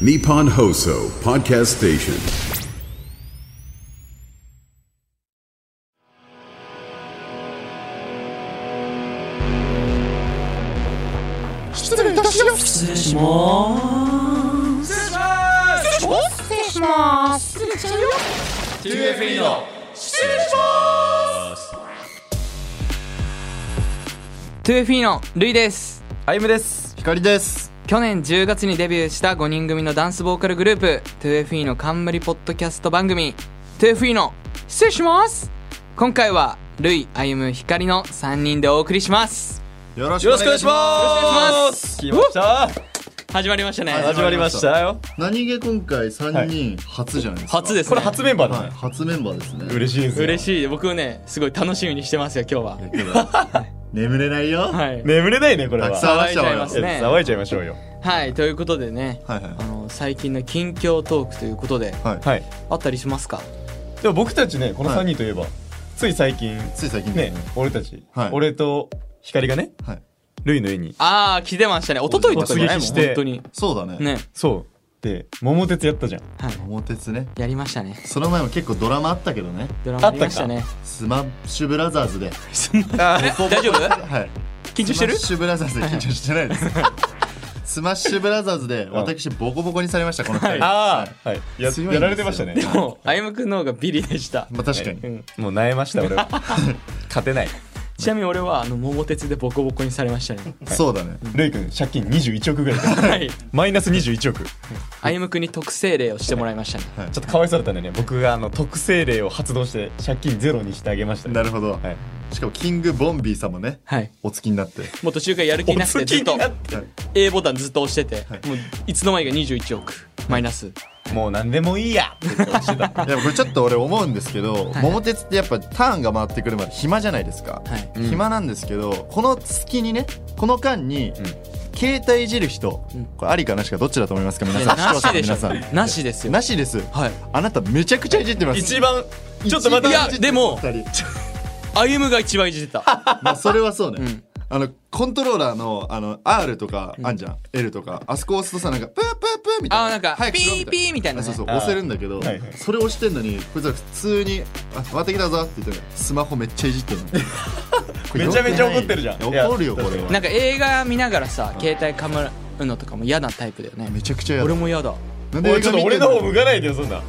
Nippon Hoso Podcast Station. 失礼いたします失礼します失礼します失礼します失礼しちゃうよ TFE の 2FE のルイですアイムです光です去年10月にデビューした5人組のダンスボーカルグループ 2FE の冠ポッドキャスト番組 2FE の失礼します今回はルイ、歩夢、光の3人でお送りしますよろしよろしくお願いしますす来ました始まりましたね始まりましたよ何気今回三人初じゃないですか、初ですこねれ初メンバーはいだね初メンバーですね嬉しいです嬉しいしい僕ねすごい楽しみにしてますよ今日は眠れないよ、はい、眠れないねこれはたくさん話しちゃう騒いじゃいまよすえね騒いちゃいましょうよはい、ということでね、はいはいはいあの最近の近況トークということで、はい、はいあったりしますかでも僕たちねこのはい3人といえばつい最近つい最近でねすね俺たちはい俺と光がねはいルイの家にああ来てましたね一昨日とかじゃない突も撃んして本当にそうだねねそうで桃鉄やったじゃんはい桃鉄ねやりましたねその前も結構ドラマあったけどねドラマありましたねスマッシュブラザーズでえ大丈夫はい緊張してるスマッシュブラザーズで緊張してないです スマッシュブラザーズで私ボコボコにされましたこの回ああはいや強いんですよやられてましたね でも歩夢君の方がビリでしたまあ確かに、うんもう萎えました俺は勝てないちなみに俺はあの桃鉄でボコボコにされました ねそうだねルイ君借金21億ぐらい だはいマイナス21億歩夢君に特製例をしてもらいましたねちょっとかわいそうだったんでね、僕があの特性例を発動して借金ゼロにしてあげました、ね。なるほど、はい。しかもキングボンビーさんもねはいお付きになってもう途中からやる気になっておず月っとになって。 A ボタンずっと押しててはいもういつの間にか21億マイナスもう何でもいい やって言ってしてた。いやこれちょっと俺思うんですけど、い桃鉄ってやっぱターンが回ってくるまで暇じゃないですか、はい暇なんですけどこの隙にねこの間に、携帯いじる人、んこれありかなしかどっちだと思いますか皆ねさんなしでし視聴者の皆さょなしですんよなしですはいあなためちゃくちゃいじってます一番、ちょっとまいやた、でも二人歩夢が一番いじってたまあそれはそうね、んあのコントローラーのあの R とか、あんじゃん L とかあそこ押すとさなんかプープープーみたいなあなんか早くしろピーピーみたいなねあそうそうあー押せるんだけど、はいはいそれ押してんのにこいつら普通に「あ回ってきたぞ」って言ってスマホめっちゃいじってんのこれめちゃめちゃよくない怒ってるじゃんいや怒るよこれはなんか映画見ながらさ携帯かむのとかも嫌なタイプだよねめちゃくちゃや俺だも嫌だなんおいちょっと俺の方だ向かないでよ、そんな。だっ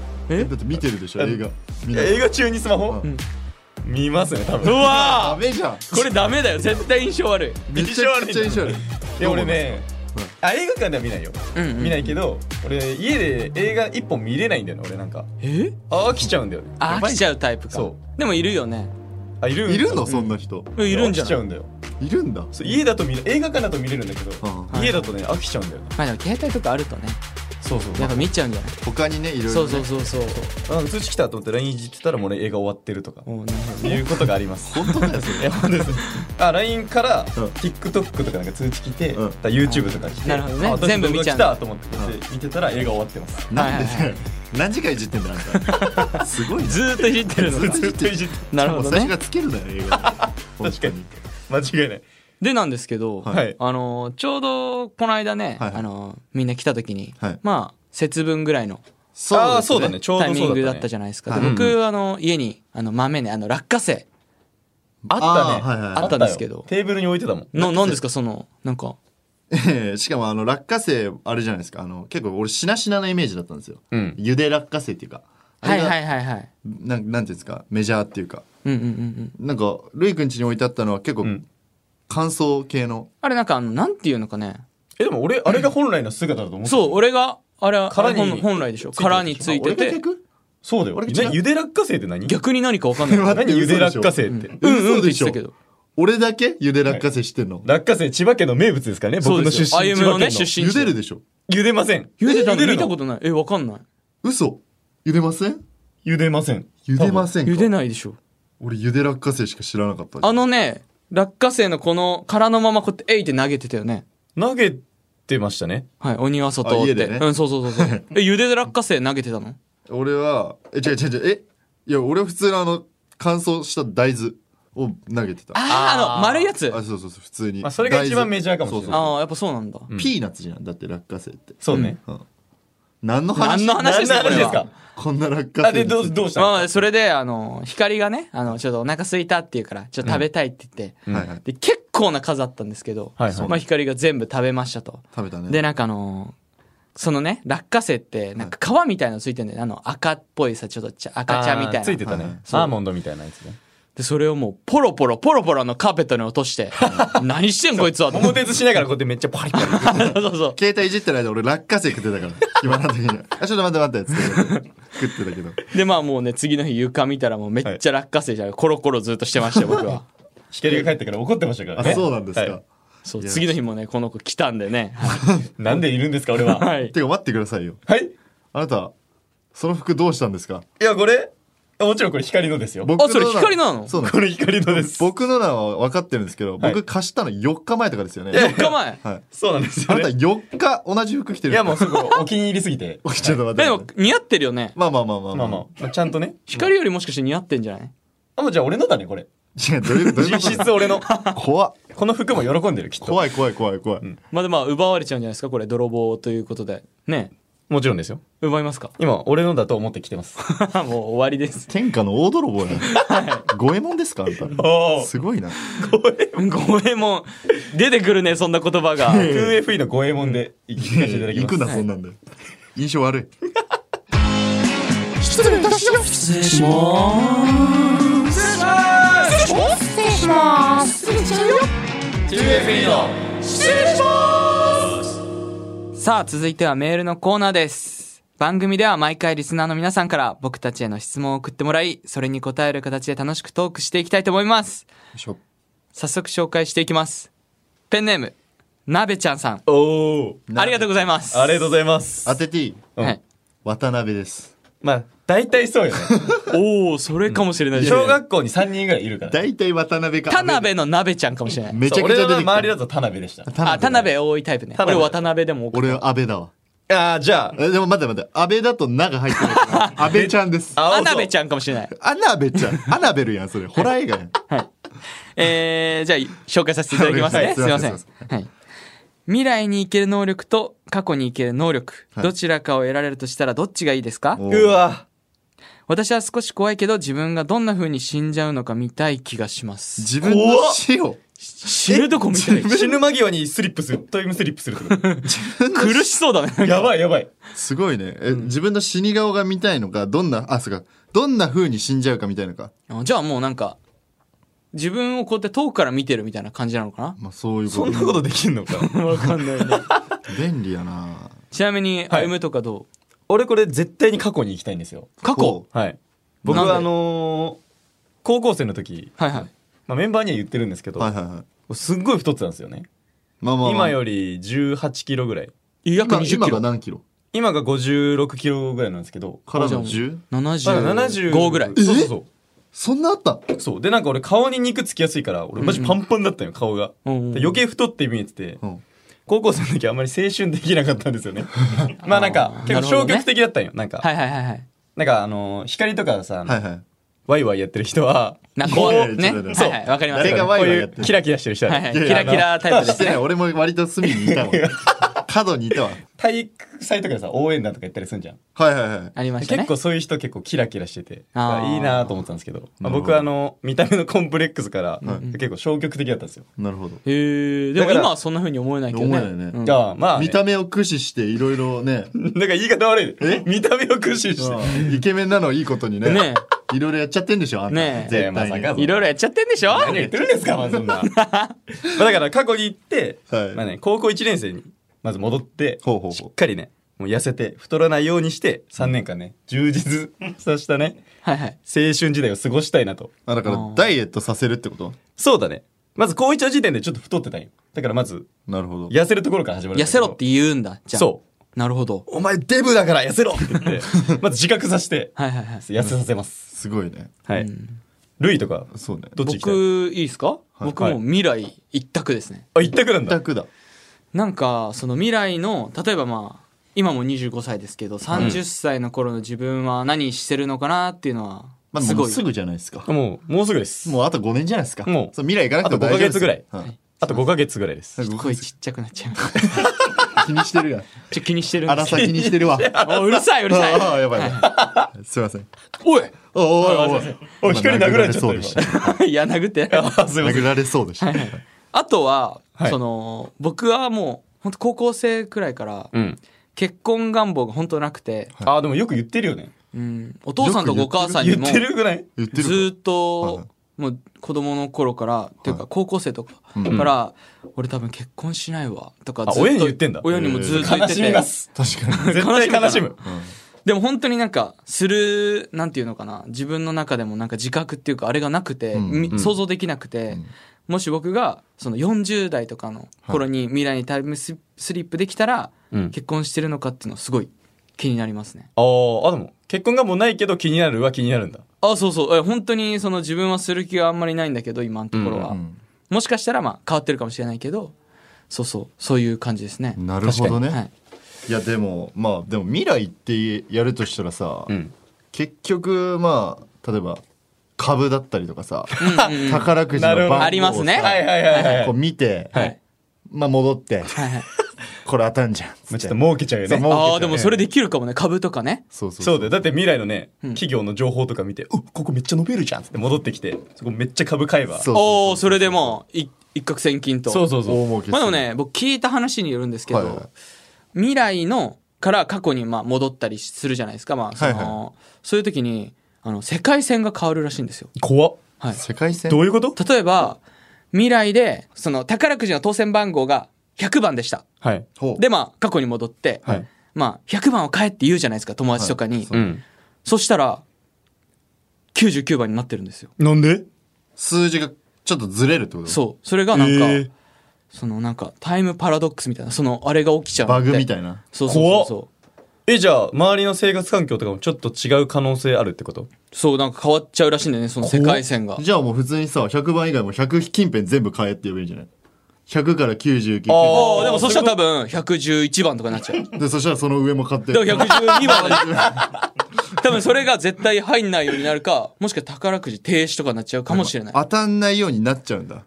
て見てるでしょ映画みんな映画中にスマホ、うん見ますね、多う分。ダわメじゃんーこれダメだよ絶対印象悪いめちゃくちゃ印象悪いいや、俺ね、あ、映画館では見ないよ。うんうん見ないけど、俺、家で映画一本見れないんだよね、俺なんか。えあ、飽きちゃうんだよね。あ飽きちゃう。ゃうタイプかそでもいるよねあ、いるいるのそんな人いるんじゃな飽きちいゃうんだよ。いるんだそう家だと見れ映画館だと見れるんだけど、うん家だとね、飽きちゃうんだよね。まあでも携帯とかあるとねそうそう。やっぱ見ちゃうんじゃない他にねいろいろねそうそうそうそうあ通知来たと思って LINE いじってたらもうね映画終わってるとかおうなるほどいうことがあります本当だよそいや本当ですあ LINE から、うん TikTok とかなんか通知来て、うんだから YouTube とか来てなるほどねあ全部見ちゃうん動だ画来たと思ってこうやって見てたら映画終わってますれなんではいはいは何時間いじってんだよあんたすごいねずーっといじってる のかずっといじってなるほど最初ねがつけるなよ映画確かに間違いないでなんですけど、はいあのーちょうどこの間ね、はいはいあのーみんな来た時に、はいまあ節分ぐらいのそうああですそうだねねちょうどタイそうミングだっだったたじねゃないですか、はいでうん僕あの家にあの豆ねあの落花生あったねあーはいはいあったんですけどあよテーブルに置いてたもんのなんですかそのなんかええしかもあの落花生あれじゃないですかあの結構俺しなしななイメージだったんですよ、うんゆで落花生っていうかあはれいがはいはいはいなんなんていうんですかメジャーっていうかうんうんうんうんなんかルイくん家に置いてあったのは結構ん乾燥系の、あれなんかあのなんていうのかねえでも俺あれが本来の姿だと思ってたそう俺があれは殻にあれ本本来でしょついてる殻について俺がて逆そうだよ俺じ違うゃゆで落花生って何逆に何かわかんない 待って何ゆで落花生って、うんうん嘘って言でっしてょたけど俺だけゆで落花生してんの、落花生千葉県の名物ですからね僕の出身そうですよ歩夢のね千葉県出身ゆでるででしょゆでませんゆでたのる見たことないえわかんない嘘ゆでませんゆでませんゆでませんかゆでないでしょ俺ゆで落花生しか知らなかったあのね落花生のこの殻のままこうやってえいって投げてたよね投げてましたねはい鬼は外ってあ家でねうんそうそうそうそうえゆで落花生投げてたの俺はえ違う違う違うえいや俺は普通のあの乾燥した大豆を投げてたああああの丸いやつあそうそうそう普通に、まあそれが一番大豆メジャーかもしれないそうそうあーやっぱそうなんだピーナッツじゃんだって落花生ってそうね、うん何の何話の話ですかこ何れの話ですはかこんな落あ下で点どうどうしたまのあそれであの光がねあのちょっとお腹空いたっていうからちょっと食べたいって言って、はいはいで結構な数あったんですけど、はいはいまあ、光が全部食べましたと食べたねでなんかあのそのね落花生ってなんか皮みたいなのついてんだよねあの赤っぽいさちょっとちゃ赤茶みたいなあーついてたはいねそうアーモンドみたいなやつねでそれをもうポロポロポロポロあのカーペットに落として何してんこいつはと思桃って鉄しながらこうやってめっちゃパリパリそうそうそう携帯いじってる間俺落花生 食ってたから暇な時に「あちょっと待って待って」つって食ってたけどでまあもうね次の日床見たらもうめっちゃ落花生じゃん、コロコロずっとしてましたよ僕は光が帰ってから怒ってましたからねあそうなんですか、はいそう次の日もねこの子来たんでねはなんでいるんですか俺ははいてか待ってくださいよいいあなたその服どうしたんですかやこれもちろんこれ光のですよ僕あそれのな光なのそうなんですこれ光のです僕のなは分かってるんですけど、はい僕貸したの4日前とかですよね。 4日前はい。そうなんですあよなたね4日同じ服着てる。いやもうそこお気に入りすぎてう。ちょっと待って。でも似合ってるよねまあまあまあまあまあまあまあちゃんとね光よりもしかして似合ってんじゃないあもうじゃあ俺のだねこれ違う、どういう、どういう実こと質俺の怖っこの服も喜んでるきっと怖い怖い怖い怖い。まあでもまあ奪われちゃうんじゃないですかこれ泥棒ということでねもちろんですよ奪いますか 今俺のだと思ってきてますもう終わりです天下の大泥棒やな。五右衛門ですかあんた。おすごいな。 ごめんもう出てくるねそんな言葉が 2FE の五右衛門で行かせていただき行ますくな、そんなんで。印象悪い。失礼いたします失礼します失礼します失礼します失礼します 2FE のさあ続いてはメールのコーナーです番組では毎回リスナーの皆さんから僕たちへの質問を送ってもらいそれに答える形で楽しくトークしていきたいと思います早速紹介していきますペンネームなべちゃんさんおおありがとうございますありがとうございます当てていいうんはい、渡辺です。まあ大体そうよ ねおおそれかもしれないですね小学校に3人ぐらいいるから大体渡辺か。田辺の鍋ちゃんかもしれないめちゃくちゃそう出俺ての周りだきと田辺でしたた。あ、田辺多いタイプね。田俺辺渡辺でも多俺い。は安倍だわ。 ああじゃえでも待って待って。安倍だと名が 入ってないから。安倍ちゃんです。あアナベちゃんかもしれない。アナベちゃん。アナベルやん、それ。ホラー映画やん。えー、じゃあ、紹介させていただきますはね。いすいません。すいまはい。未来に行ける能力と過去に行ける能力、どちらかを得られるとしたらどっちがいいですかお う わ私は少し怖いけど自分がどんな風に死んじゃうのか見たい気がします。自分の死を。死ぬとこ見たい。死ぬ間際にスリップするタイムスリップするってこ苦しそうだね。と やばいやばいすごいね。え、自分の死に顔が見たいのか、どんな、あ、そうか、どんな風に死んじゃうかみたいのか。あじゃあもうなんか、自分をこうやって遠くから見てるみたいな感じなのかなまあそういうそこ。んなこととできんのかわかんないね。便利やなちなみに、はい歩むとかど 俺これ絶対に過去に行きたいんですよう過去こはい僕なんではあのー高校生の時、はいはい。まあ、メンバーには言ってるんですけど、はいはいはい。すっごい太ってたんですよねまあまあ、まあ、今より1 8キロぐらい約今20キ今ロが。何キロ今が5 6キロぐらいなんですけどからのあじゃあ 10? 75ぐらい。そうそうそうそんなあったそうでなんか俺顔に肉つきやすいから俺マジパンパンだったよ顔が、うんうんで余計太って見えてて、うん高校生の時あんまり青春できなかったんです よねまあなんかな結る構ほど消ね極的だったんよなんか、はいはいはいはい。なんかあのー光とかさ、はいはい。ワイワイやってる人はなんかこう、いやいやね。ちょっはといちょっとはい、わかります。誰はがワイワイやっこうているうキラキラしてる人いはい、いやいキやラキラタイプでしすてないね。俺も割と隅にい たわ。角にいたわ。体育祭とかでさ応援団とかやったりするじゃんはいはいはい。ありました結ね構。そういう人結構キラキラしててあーいいなと思ってたんですけど、まあ、なるほど僕はあの見た目のコンプレックスからうん結構消極的だったんですよ、なるほど。へーでもだから今はそんな風に思えないけどね。思えないねうんじゃあまあ、ね、見た目を駆使していろいろね、 なんか言い方悪いね。見た目を駆使して。イケメンなのをいいことにね、ねいろいろやっちゃってんでしょあんたねえ絶ま対さに。かいろいろやっちゃってんでしょ何を言ってるんですか、まあ、そん な。まあだから過去に行って、はいまあね、高校1年生にまず戻って、ほうほうほうしっかりね、もう痩せて、太らないようにして、3年間ね、充実さしたね、はいはい。青春時代を過ごしたいなと。あだかあらーダイエットさせるってことそうだね。まず高1の時点でちょっと太ってたんよ。だからまず、なるほど。痩せるところから始まるん痩だけせど。ろって言うんだ。じゃあ。。そうなるほど。お前デブだから痩せろって言 って、まず自覚させて、はいはいはい。痩せさせます。すごいね。はい。ルイとか、そうね。どっち行きたい僕、いいですかい僕も未来一択ですね。あ、一択なんだ。全くだ。なんか、その未来の、例えばまあ、今も25歳ですけど、30歳の頃の自分は何してるのかなっていうのは、まあ、すすごぐい。すぐじゃないですか。もう、もうすぐです。もうあと5年じゃないですか。もうそう未来行かなくてもあと大5丈夫でヶ月すぐらいはいあと5ヶ月ぐらいです。声ちっちゃくなっちゃいます。気にしてる やん。ちょ気にしてるん荒ですさけ気にしてるわ。あ どおうるさいうる さいああ、やばいやば い。すいません。おい おいおいおい。おい光殴られちゃったそうでした。いや殴って あすいません殴られそうでした。あとは、はいその僕はもう本当高校生くらいから、うん結婚願望が本当なくて、あでもよく言ってるよねうん、お父さんとお母さんに言もってるぐらい言ってずーるっと、はいもう子供の頃から、っていうか高校生とかから、俺多分結婚しないわとかずあっと親に言ってんだ親にもずっと言っ悲てしてみますか確かに。絶対 悲しむでも本当になんかするなんていうのかな自分の中でもなんか自覚っていうかあれがなくて、み想像できなくて、もし僕がその40代とかの頃に未来にタイムススリップできたら、うん結婚してるのかっていうのすごい気になりますねあーあでも結婚がもうないけど気になるは気になるんだあそうそうえ本当にその自分はする気があんまりないんだけど今のところは、もしかしたらまあ変わってるかもしれないけどそうそうそういう感じですねなるほどはね。い、いや、でも、まあ、でも未来ってやるとしたらさ、ん結局、まあ、例えば、株だったりとかさ、宝くじなるのほど番号をさありますねはいはいはいはいこう見て、はいまあ戻って、はいはいこれ当たんじゃんっつまっあて。ちょっと儲けちゃうよそうね儲ああでもそれできるかもね株とかねそうそうそうだよだって未来のね企業の情報とか見て「うっここめっちゃ伸びるじゃん」っつって戻ってきてそこめっちゃ株買えばそうおおそれでもうい一攫千金とそうそうそう大儲けするまあでもね、僕聞いた話によるんですけど、はいはい未来のから過去にまあ戻ったりするじゃないですか。まあ、その、はいはそういう時に、あの、世界線が変わるらしいんですよ。怖っはい。世界線どういうこと例えば、未来で、その、宝くじの当選番号が100番でした。はいほうで、まあ、過去に戻って、はいまあ、100番を返って言うじゃないですか、友達とかに。うんそしたら、99番になってるんですよ。なんで数字がちょっとずれるってことそう。それがなんか、えーそのなんか、タイムパラドックスみたいな、その、あれが起きちゃうんでバグみたいな。そうそうそう怖そう。えじゃあ周りの生活環境とかもちょっと違う可能性あるってことそう、なんか変わっちゃうらしいんだよね、その世界線が。じゃあもう普通にさ、100番以外も100近辺全部買えって言えばいいんじゃない ?100 から99。あああ、でもそしたら多そ分、111番とかになっちゃう。で、そしたらその上も買って。でも112番だ多分それが絶対入んないようになるか、もしくは宝くじ停止とかになっちゃうかもしれない。当たんないようになっちゃうんだ。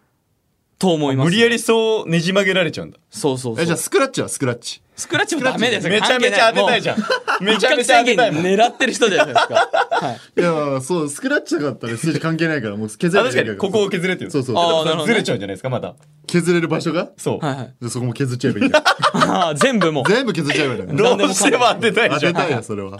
と思います。無理やりそうねじ曲げられちゃうんだそうそうそえ、う。じゃあスクラッチはスクラッチ。スクラッチもダメですよめちゃめちゃ当てたいじゃん。 めちゃめちゃ当てたいもん狙ってる人じゃないですか。はい。いやー、そう、スクラッチだったら数字関係ないから、もう削あれる確かにここを削れてるそうそうあーそう。なるほどねずれちゃうんじゃないですかまた削れる場所がそう、はいはい。でそこも削っちゃえばいい んだよ。ああ、全部もう。全部削っちゃえばいいんだよ。どうしても当てたい当じゃてんたいよ、それは。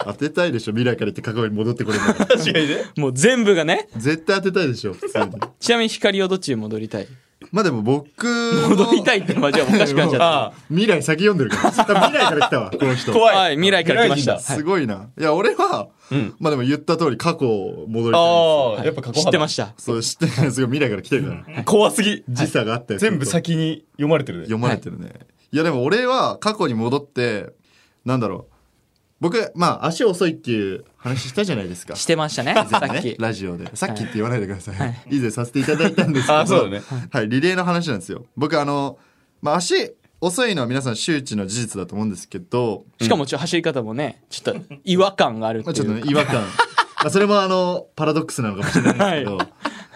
当てたいでしょ、未来から言って過去に戻ってこれるんだから。確かにねもう全部がね。絶対当てたいでしょ、普通に。ちなみに光をどっちに戻りたいまあでも僕の。戻りたいってのはじゃあおかしくなっちゃった。あ未来先読んでるから。多分未来から来 たわ、この人。怖いはい、未来から来ました。すごいな。いや、俺は、まあでも言った通り過去を戻りたいんああ、はいやっぱ過去知ってましたた。ですよ。そう、知ってるすごい未来から来てるから。怖すぎ時差があったよ。全部ずっと先に読まれてるね読まれてるね。いや、でも俺は過去に戻って、なんだろう。僕、まあ足遅いっていう話したじゃな いですか。してましたね、さっねき、。ラジオで。さっきって言わないでください。以前させていただいたんですけど。あそうだねはい、リレーの話なんですよ。僕、あの、まあ、足遅いのは皆さん周知の事実だと思うんですけど、しかもちょっと走り方もね、ちょっと違和感があるっていまあ、うちかょっとね、違和感。まあそれもあの、パラドックスなのかもしれないですけど、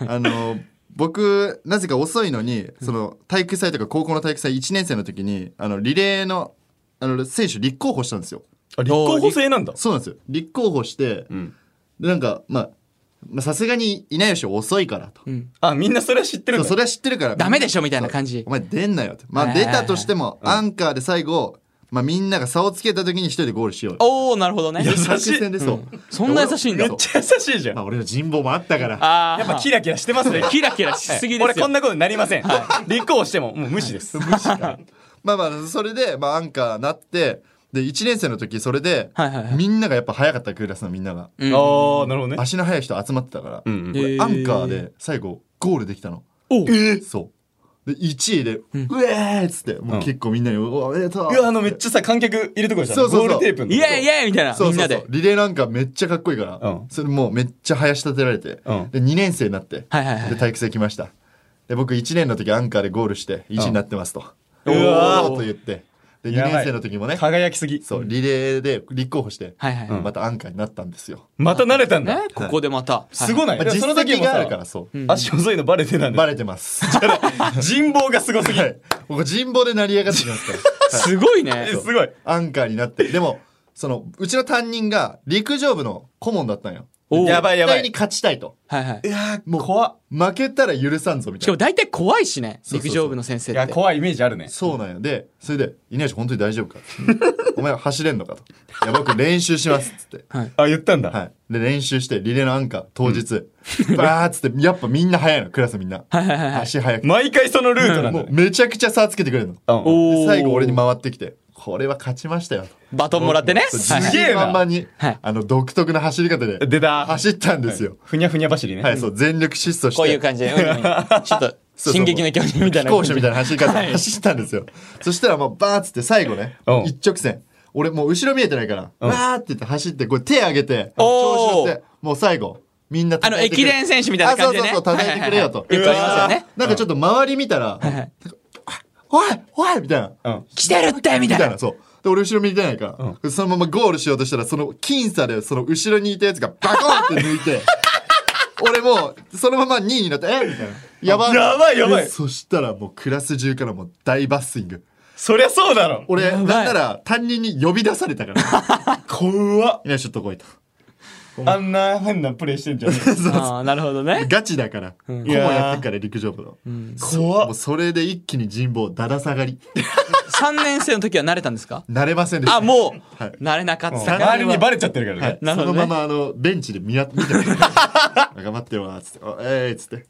あの、僕、なぜか遅いのに、その、体育祭とか高校の体育祭1年生の時に、あの、リレーの、あの、選手立候補したんですよ。あ立候補制なんだそうなんですよ。立候補して、で、なんか、まあ、まあさすがにいないし遅いからと。あみんなそれは知ってる そんうだそれは知ってるから。ダメでしょみたいな感じお前出んなよって。はいまあはい出はいたとしても、アンカーで最後、まあみんなが差をつけた時に一人でゴールしようよ。おおなるほどね。優しい短期戦でそう。そんな優しいんだめ俺もっちゃ優しいじゃんまやあ俺の人望もあったから。ああ。っぱキラキラしてますねキラキラしすぎですよ。俺こんなことになりません立候補してももう無視ですまあまあ、それで、まあアンカーなって、で、1年生の時、それではいはいはい、みんながやっぱ早かったクラスのみんなが。あーなるほどね足の速い人集まってたから、んうん俺アンカーで最後、ゴールできたの。おうそう。で、1位で、うえーっつって、もう結構みんなに、おおめでとううわあのめっちゃさ観客いるとこでさそうそうそゴうールテープのイエイイエイみたいな、そうみんそなうそでう。。リレーなんかめっちゃかっこいいから、うんそれもうめっちゃ林立てられて、うんで2年生になって、はいはいはいで体育祭来ましたで僕1年の時アンカーでゴールして1になってますと、ううんわうわーと言ってで2やばい年生の時もね輝きすぎそうリレーで立候補して、はいはいまたアンカーになったんですよ、また慣れたんだね、ここでまた。すごい。ないまあでもその時も実績があさるからそう、足遅いのバレてたんで バレてます人望がすごすぎ はい僕人望で成り上がってきますからすごいねえ。すごい。アンカーになってでもそのうちの担任が陸上部の顧問だったんよおうやばいやば絶対にい。勝ちたいとはいはい。いやもう怖っ。負けたら許さんぞみしたかもいな大体怖いしね、そうそうそう陸上部の先生いっや、て。怖いイメージあるね。そうなんやでそれで「稲橋本当に大丈夫か?」お前は走れんのか?」と「いや僕練習します」っつってあ、言ったんだ。はいで練習してリレーのアンカー当日、バーっつってやっぱみんな速いのクラスみんな足速くて毎回そのルートなんもだうね。めちゃくちゃ差つけてくれるのうんで最後俺に回ってきて「これは勝ちましたよ」バトンもらってね。そうはいは自いげえ信な満々に、はいあの独特な走り方で出た。走ったんですよ。ふにゃふにゃ走りね。はい、そう、全力疾走して。こういう感じ で、うんうんちょっと、そうそう進撃の巨人みたいな。飛行士みたいな走り方で走ったんですよ。そしたらもうバーッつって最後ねうん、一直線。俺もう後ろ見えてないから、んわーって言って走って、これ手上げて、おー調子乗って、もう最後、みんな叩いてくれあの駅伝選手みたいな感じでねあそうそうそう、叩いてくれよと。はいはいはいよくありますよねうわーなんかちょっと周り見たら、はいおいおいみたいな。うん。来てるってみたみいたいなな、。そう。で、俺後ろ見てないから、そのままゴールしようとしたら、その僅差で、その後ろにいたやつがバコンって抜いて、 俺もう、そのまま2位になって、えみたいな。やばい。やばいやばいでそしたらもうクラス中からもう大バッシング。そりゃそうだろ。俺、やばないんなら担任に呼び出され たから、怖っ。いや、ちょっと来いと。あんな変なプレイしてん じゃねえよああ、なるほど ね。ガチだから、顧問やってっから陸上部の。怖もっ。うそれで一気に人望だだ下がり。 3年生の時は慣れたんですか慣れませんでした。あ、もうはい、慣れなかったか。周りにバレちゃってるからはいね。、なるほそどのねままあのベンチで見や見 てます頑張ってよつって「おえー」っつってめ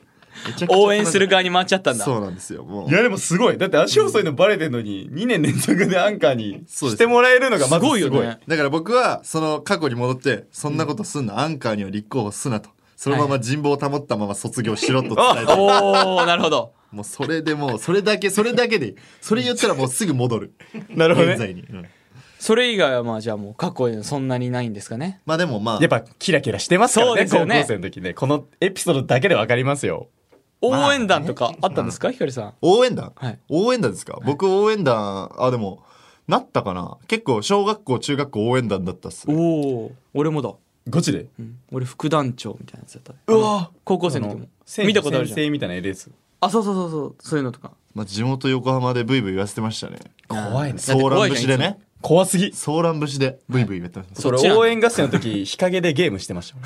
ちゃくちゃ応援する側に回っちゃったんだ。そうなんですよもういやでもすごい。だって足遅いのバレてんのに、2年連続でアンカーにそうですしてもらえるのがまずすごいよねだから僕はその過去に戻ってそんなことすんな、アンカーには立候補すなとそのまま人望を保ったまま卒業しろと伝えたおー、なるほど。もうそれでもうそれだけそれだけでそれ言ったらもうすぐ戻るなるほど現ね。在に、うんそれ以外はまあじゃあもう過去にそんなにないんですかね。まあでもまあやっぱキラキラしてますからそうでね、すよ高校ね生の時ね。このエピソードだけでわかりますよ。応援団とかあったんですかひかりさん。応援団、はい応援団ですか僕応援団あでもなったかな結構小学校中学校応援団だったっすおお、俺もだ。ゴチで。俺副団長みたいなやつだったね。うわ高校生の時も。見たことあるじゃん先。生みたいな絵です。あ、そうそうそうそう、そういうのとか。まあ、地元横浜でブイブイ言わせてましたね。怖いね。ソーラン節でね。怖すぎ。ソーラン節でブイブイ言ってました。そそっれちなんだ応援合戦の時、日陰でゲームしてました。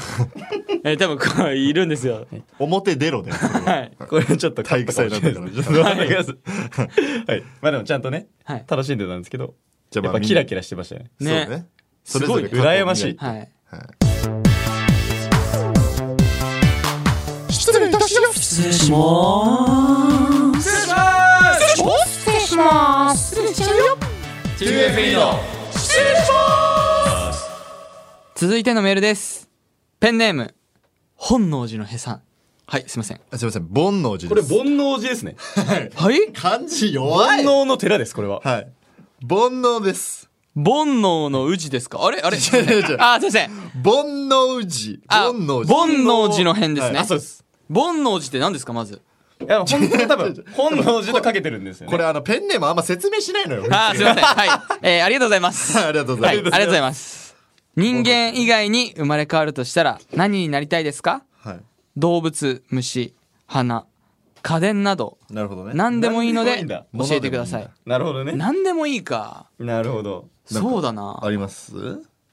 えー、多分これいるんですよ。表出ろだよ。それははい。 これちょっと体育祭 なんだからちょっとわかんないけどはい。まあでもちゃんとねはい、楽しんでたんですけど、じゃあまやあっぱキラキラしてましたね。そうねね。すそごれいぞれ過去にね羨ましいはい。失礼いたします失礼します失礼します失礼します失礼しちゃうよ TFE の続いてのメールです。ペンネーム、本能寺のへさん。はい、すいません。あすいません、煩悩寺これです。煩悩寺ですね。はい漢字弱煩いは悩い。の寺です、これは。煩悩です。煩悩の宇治ですかあれあれ違う違う違うあ、すいません。煩悩寺。あ煩悩寺。煩悩寺の辺ですね。はいそうです。煩悩寺って何ですかまず。いや、本当に多分、 本能寺とかけてるんですよね。これあの、ペンネームあんま説明しないのよ。あ、すいません。はい。えー、ありがとうございます。ありがとうございますはありがとうございます。人間以外に生まれ変わるとしたら何になりたいですかはい。動物、虫、花、家電など、なるほどね。何でもいいの何ででもいいんだ教えてください。なるほどね。何でもいいか。なるほど。なんかそうだなあ。ります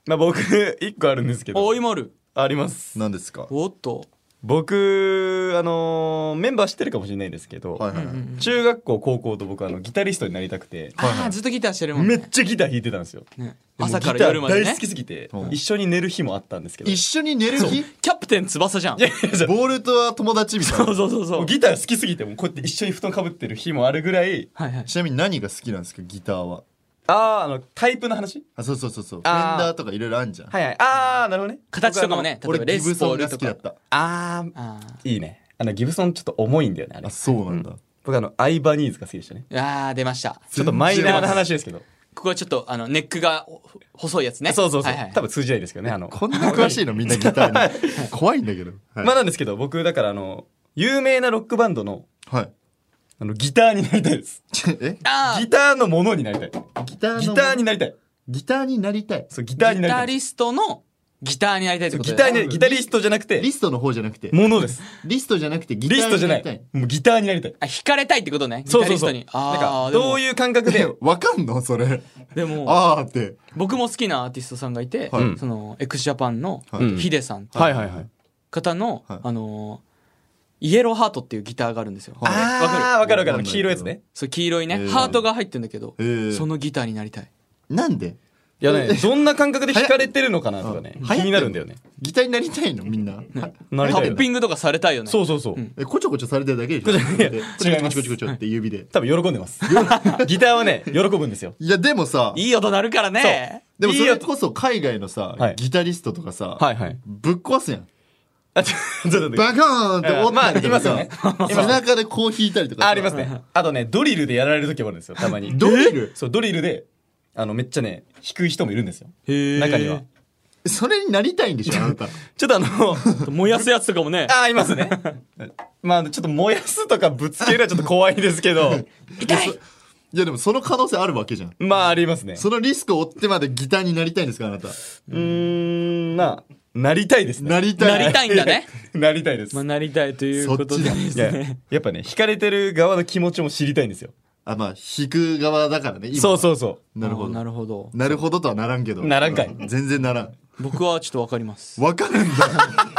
まあ僕、一個あるんですけどお、。今ある。あります。何ですかはおっと。僕、あのー、メンバー知ってるかもしれないですけど、いはいはい。中学校、高校と僕、あの、ギタリストになりたくて、はいはいあーずっとギターしてるもんめね。っちゃギター弾いてたんですよ。ね朝から夜までギタねー大好。きすぎてうん、一緒に寝る日もあったんですけど。一緒に寝る日キャプテン翼じゃん。ボールとは友達みたいそうな。そうそうそもうう。ギター好きすぎて、もうこうやって一緒に布団かぶってる日もあるぐらい、はいはい。ちなみに何が好きなんですかギターは。あー、あの、タイプの話あ、そうそうそうそう。フあーェンダーとかいろいろあんじゃん。はいはい。あー、なるほどね。形とかもね、例え俺ばレギーブスソポーンルが好ときだっか。たあー、あーいいね。あの、ギブソンちょっと重いんだよね、あれあ。そうなんだ、僕、あの、アイバニーズが好きでしたね。あー出ました。ちょっとマイナーな話ですけど。ここはちょっとあのネックがほ細いやつね。そうそうそう。はいはい多分通じないですけどね、あの。こんな詳しいのみんなギターに 怖いんだけどはい、まあなんですけど、僕、だからあの、有名なロックバンドの、 はい、あの、ギターになりたいです。ちえあーギターのものになりたい。ギターのギターになりたい。ギターになりたいそう、ギターにギなタりたい。リストのギターになりたいってことギでターにギタリストじゃなくてリストの方じゃなくてものですリストじゃなくてギターリストじゃなになりいもうギターになりたいあ、惹かれたいってことね。ギそうタそリスうそトうに。なんあかあ、どうう。いう感覚でたいわかんのそれでも、あーって僕も好きなアーティストさんがいて、はいその、エクスジャパンのいヒデさんってはいはいはい方の、はいあのー、イエローハートっていうギターがあるんですよ。はいあーわかるわかわかんなるいけど黄色いやつねそう、黄色いね、えーハートが入ってるんだけど、えーそのギターになりたい。なんでいやねどんな感覚で弾かれてるのかなとかね流行気になるんだよねギターになりたいのみんな、なりタたいッよピねングとかされたいよね。そうそうそうえこちょこちょされてるだけでしょ違いますこちょこちょこちょこちょって指で多分喜んでますギターはね喜ぶんですよいやでもさいい音鳴るからね。でもいいそよれこそ海外のさはいギタリストとかさはい はいぶっ壊すやんあちょちょっと待ってバカーンって折ったりとかさ、まあい背中でこう弾いたりとかあさありますねあとねドリルでやられる時もあるんですよたまにドリルそうドリルであのめっちゃね弾く人もいるんですよへー中にはそれになりたいんでしょあなたちょっとあの、燃やすやつとかもね、ああいますねまあちょっと燃やすとかぶつけるのはちょっと怖いですけど痛いいやでもその可能性あるわけじゃんまあありますねそのリスクを負ってまでギターになりたいんですかあなたうーんななりたいですねなりたいなりたいんだね。 なりたいです、まあ、なりたいということでそっちでいすや ね。やっぱね惹かれてる側の気持ちも知りたいんですよあまあ弾く側だからね今そうそうそなるほあーどなるほど。なるほどとはならんけどならんかい全然ならん僕はちょっとわかります。わかるん だ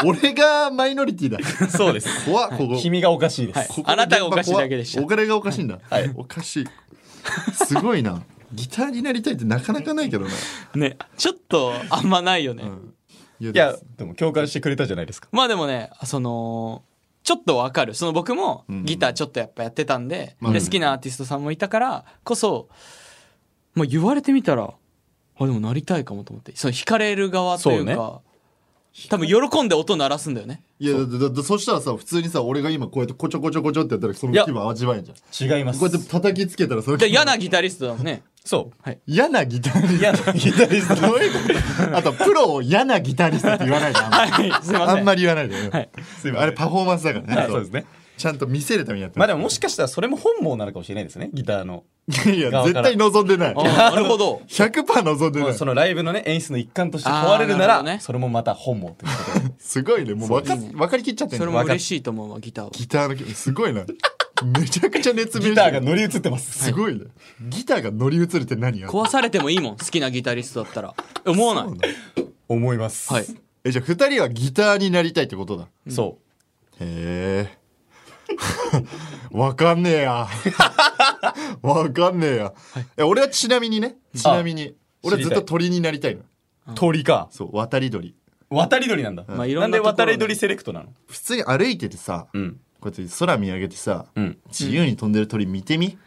俺がマイノリティだうそうです怖っここ 君がおかしいです、はいここあなたがおかしいだけでしたお金がおかしいんだ。おかしい。すごいな。ギターになりたいってなかなかないけどな。ね、ちょっとあんまないよね。いやいやでも共感してくれたじゃないですかまあでもね、その、ちょっとわかる。その僕もギターちょっとやっぱやってたんで、まあでね好きなアーティストさんもいたからこそ、まあ言われてみたら、あ、でもなりたいかもと思って。その惹かれる側というか、多分喜んで音鳴らすんだよね。いやだだだだそしたらさ普通にさ俺が今こうやってこちょこちょこちょってやったらその気分味わえんじゃん。こ違いまうやって叩きつけたらそのじゃ気あ嫌分なギタリストだもんね。そう嫌なギター嫌なギタリストどういうことあとプロを嫌なギタリストって言わないであんまりはい、すいません。あんまり言わないでよ、はいすいませんあれパフォーマンスだからね、そうですねちゃんと見せるためにやってまある、でももしかしたらそれも本望なのかもしれないですねギターのいや側か絶ら対望んでないあなるほど。 100%望んでもなういそのライブのね演出の一環として問われるなあーなるほらどねそれもまた本望ということですごいねもう分かそうですね分かりきっちゃってんそのれも嬉しいと思うわ、ギターは。ギターの曲すごいな。めちゃくちゃ熱 弁ギターが乗り移ってますすごいね。ギターが乗り移るって何や壊されてもいいもん、好きなギタリストだったら。思わない。思いますはい。え、じゃあ二人はギターになりたいってことだ。そへえ。わかんねえや。わかんねえや。え、俺はちなみにね、ちなみに、俺はずっと鳥になりたいの。う鳥かそう、渡り鳥。渡り鳥なんだ、まあいろなんんなでところ渡り鳥セレクトなの普通に歩いててさ、うんこうやって空見上げてさ、うん自由に飛んでる鳥見てみ。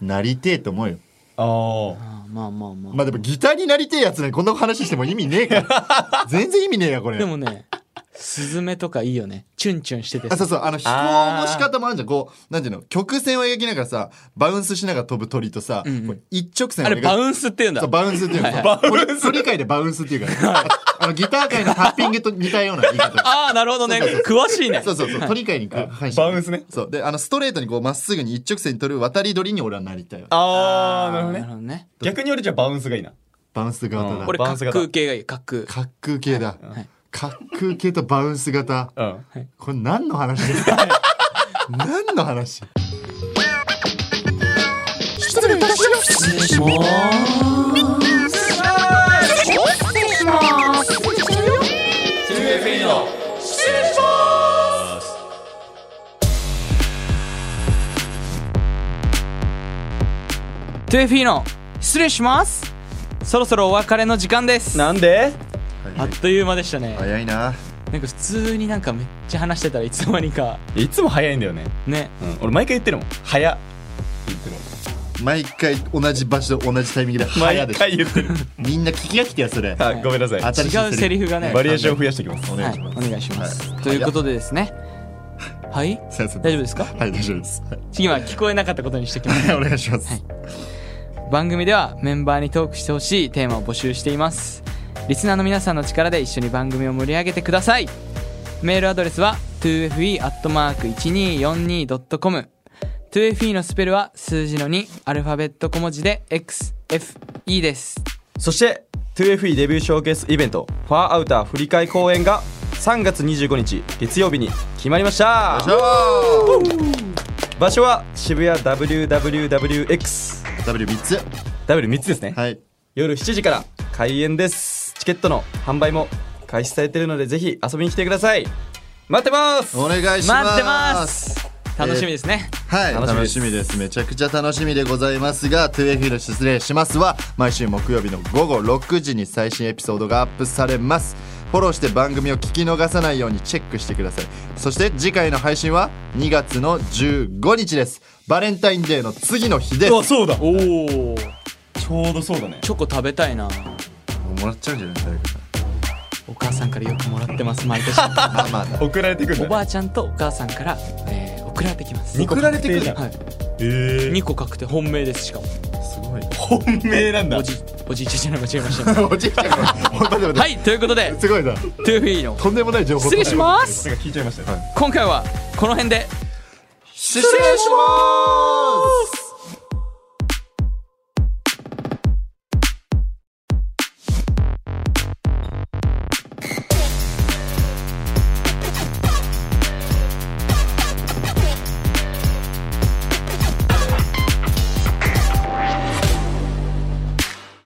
なりてえと思うよ。あああまあまあまあ。まあでもギターになりてえやつね、こんな話しても意味ねえから。全然意味ねえや、これ。でもね、スズメとかいいよね。チュンチュンしててあさ。そうそうあの飛行の仕方もあるじゃんこうなんていうの曲線を描きながらさバウンスしながら飛ぶ鳥とさ、こう一直線あれバンウンスって言うんだ。バウンスっていうかバウンス鳥鳥界でバウンスっていうから、あのギター界のタッピングと似たような言い方 ああ、なるほどね。詳しいね。そうそうそう鳥界に関してバウンスねそうであのストレートにこうまっすぐに一直線に取る渡り鳥に俺はなりたいわあーなるほどなるねほどね。逆に俺じゃあバウンスがいいなバウンス型うだん俺、バウン滑ス型空系がいい。滑空。滑空系だ、はい滑空系とバウンス型、うんこれ何 の話ですか何の話失礼いたします。失礼します。失礼します。トゥエフィーノ、失礼します。そろそろお別れの時間です。なんであっという間でしたね。早いななんか普通になんかめっちゃ話してたらいつの間にか。いつも早いんだよね、ね。うん、俺毎回言ってるもん早って言ってる毎回同じ場所で同じタイミングでもん早毎でしょ回言 ってるみんな聞き飽きてやそれあごめんなさい新しい違うセリフがね。バリエーションを増やしていきますおは願いいしま、す、お願いします。はいということでですね。はいすいません大丈夫ですかはい大丈夫ですはい次は聞こえなかったことにしておきます。お願いします、番組ではメンバーにトークしてほしいテーマを募集していますリスナーの皆さんの力で一緒に番組を盛り上げてくださいメールアドレスは 2fe.1242.com 2fe のスペルは数字の2アルファベット小文字で XFE ですそして 2FE デビューショーケースイベントファーアウター振り替え公演が3月25日月曜日に決まりました場所は渋谷 WWWX W3 つ W3 つですね、はい夜7時から開演ですチケットの販売も開始されてるのでぜひ遊びに来てください待ってますお願いします待ってます楽しみですね、はい楽し楽しみみですめちゃくちゃ楽しみでございますが 2FE の失礼しますは毎週木曜日の午後6時に最新エピソードがアップされますフォローして番組を聞き逃さないようにチェックしてくださいそして次回の配信は2月の15日ですバレンタインデーの次の日ですうもわそうだちおおょうどそうだねチョコ食べたいならっちゃうんじゃない誰かお母さんからよくもらってます 毎年まあまあな送られてくるんおだねばあちゃんとお母さんから、えー、送られてきます二個送られてく確定じゃんはい、え2個確定本命ですしかもすごい本命なんだおじおじいちゃんじゃない間違えましたおじいち ゃんが本当にでもはいということですごいなトゥーフィーのとんでもない情報失礼しますなんか聞いちゃいましたね今回はこの辺で失礼します